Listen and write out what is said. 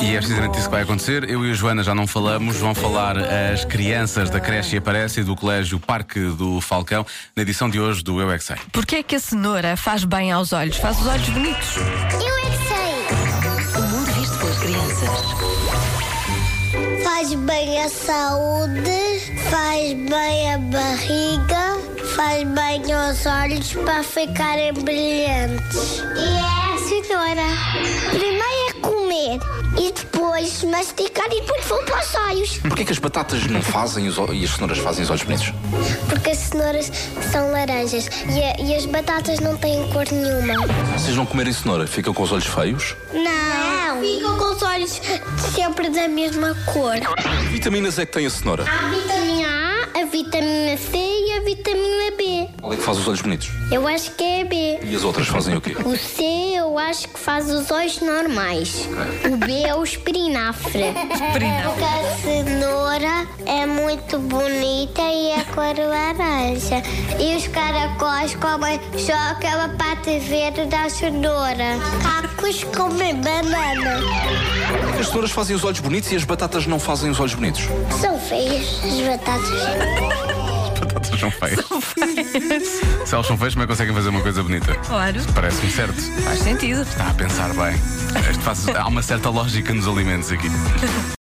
E é precisamente isso que vai acontecer. Eu e a Joana já não falamos, vão falar as crianças da creche Aparece e do Colégio Parque do Falcão na edição de hoje do Eu é que Sei. Porquê é que a cenoura faz bem aos olhos? Faz os olhos bonitos. Eu é que sei. O mundo visto pelas crianças. Faz bem à saúde, faz bem à barriga, faz bem aos olhos para ficarem brilhantes. E é a cenoura. Primeiro é comer e depois mastigar e depois vão para os olhos. Porquê que as batatas não fazem os, ol- e as cenouras fazem os olhos bonitos? Porque as cenouras são laranjas e, a- e as batatas não têm cor nenhuma. Vocês não comerem cenoura, ficam com os olhos feios? Não. Ficam com os olhos sempre da mesma cor. Que vitaminas é que tem a cenoura? A vitamina A, a vitamina C e a vitamina B. Qual é que faz os olhos bonitos? Eu acho que é a B. E as outras fazem o quê? O C eu acho que faz os olhos normais. O B é o espinafre. Porque a cenoura é muito bonita e é cor laranja. E os caracóis comem só aquela parte verde da cenoura. Cacos comem banana. As cenouras fazem os olhos bonitos e as batatas não fazem os olhos bonitos. São feias as batatas. Batatas são feias. Se elas são feias, como é que conseguem fazer uma coisa bonita? Claro, Parece-me certo. faz sentido. Está a pensar bem. Este faz- há uma certa lógica nos alimentos aqui.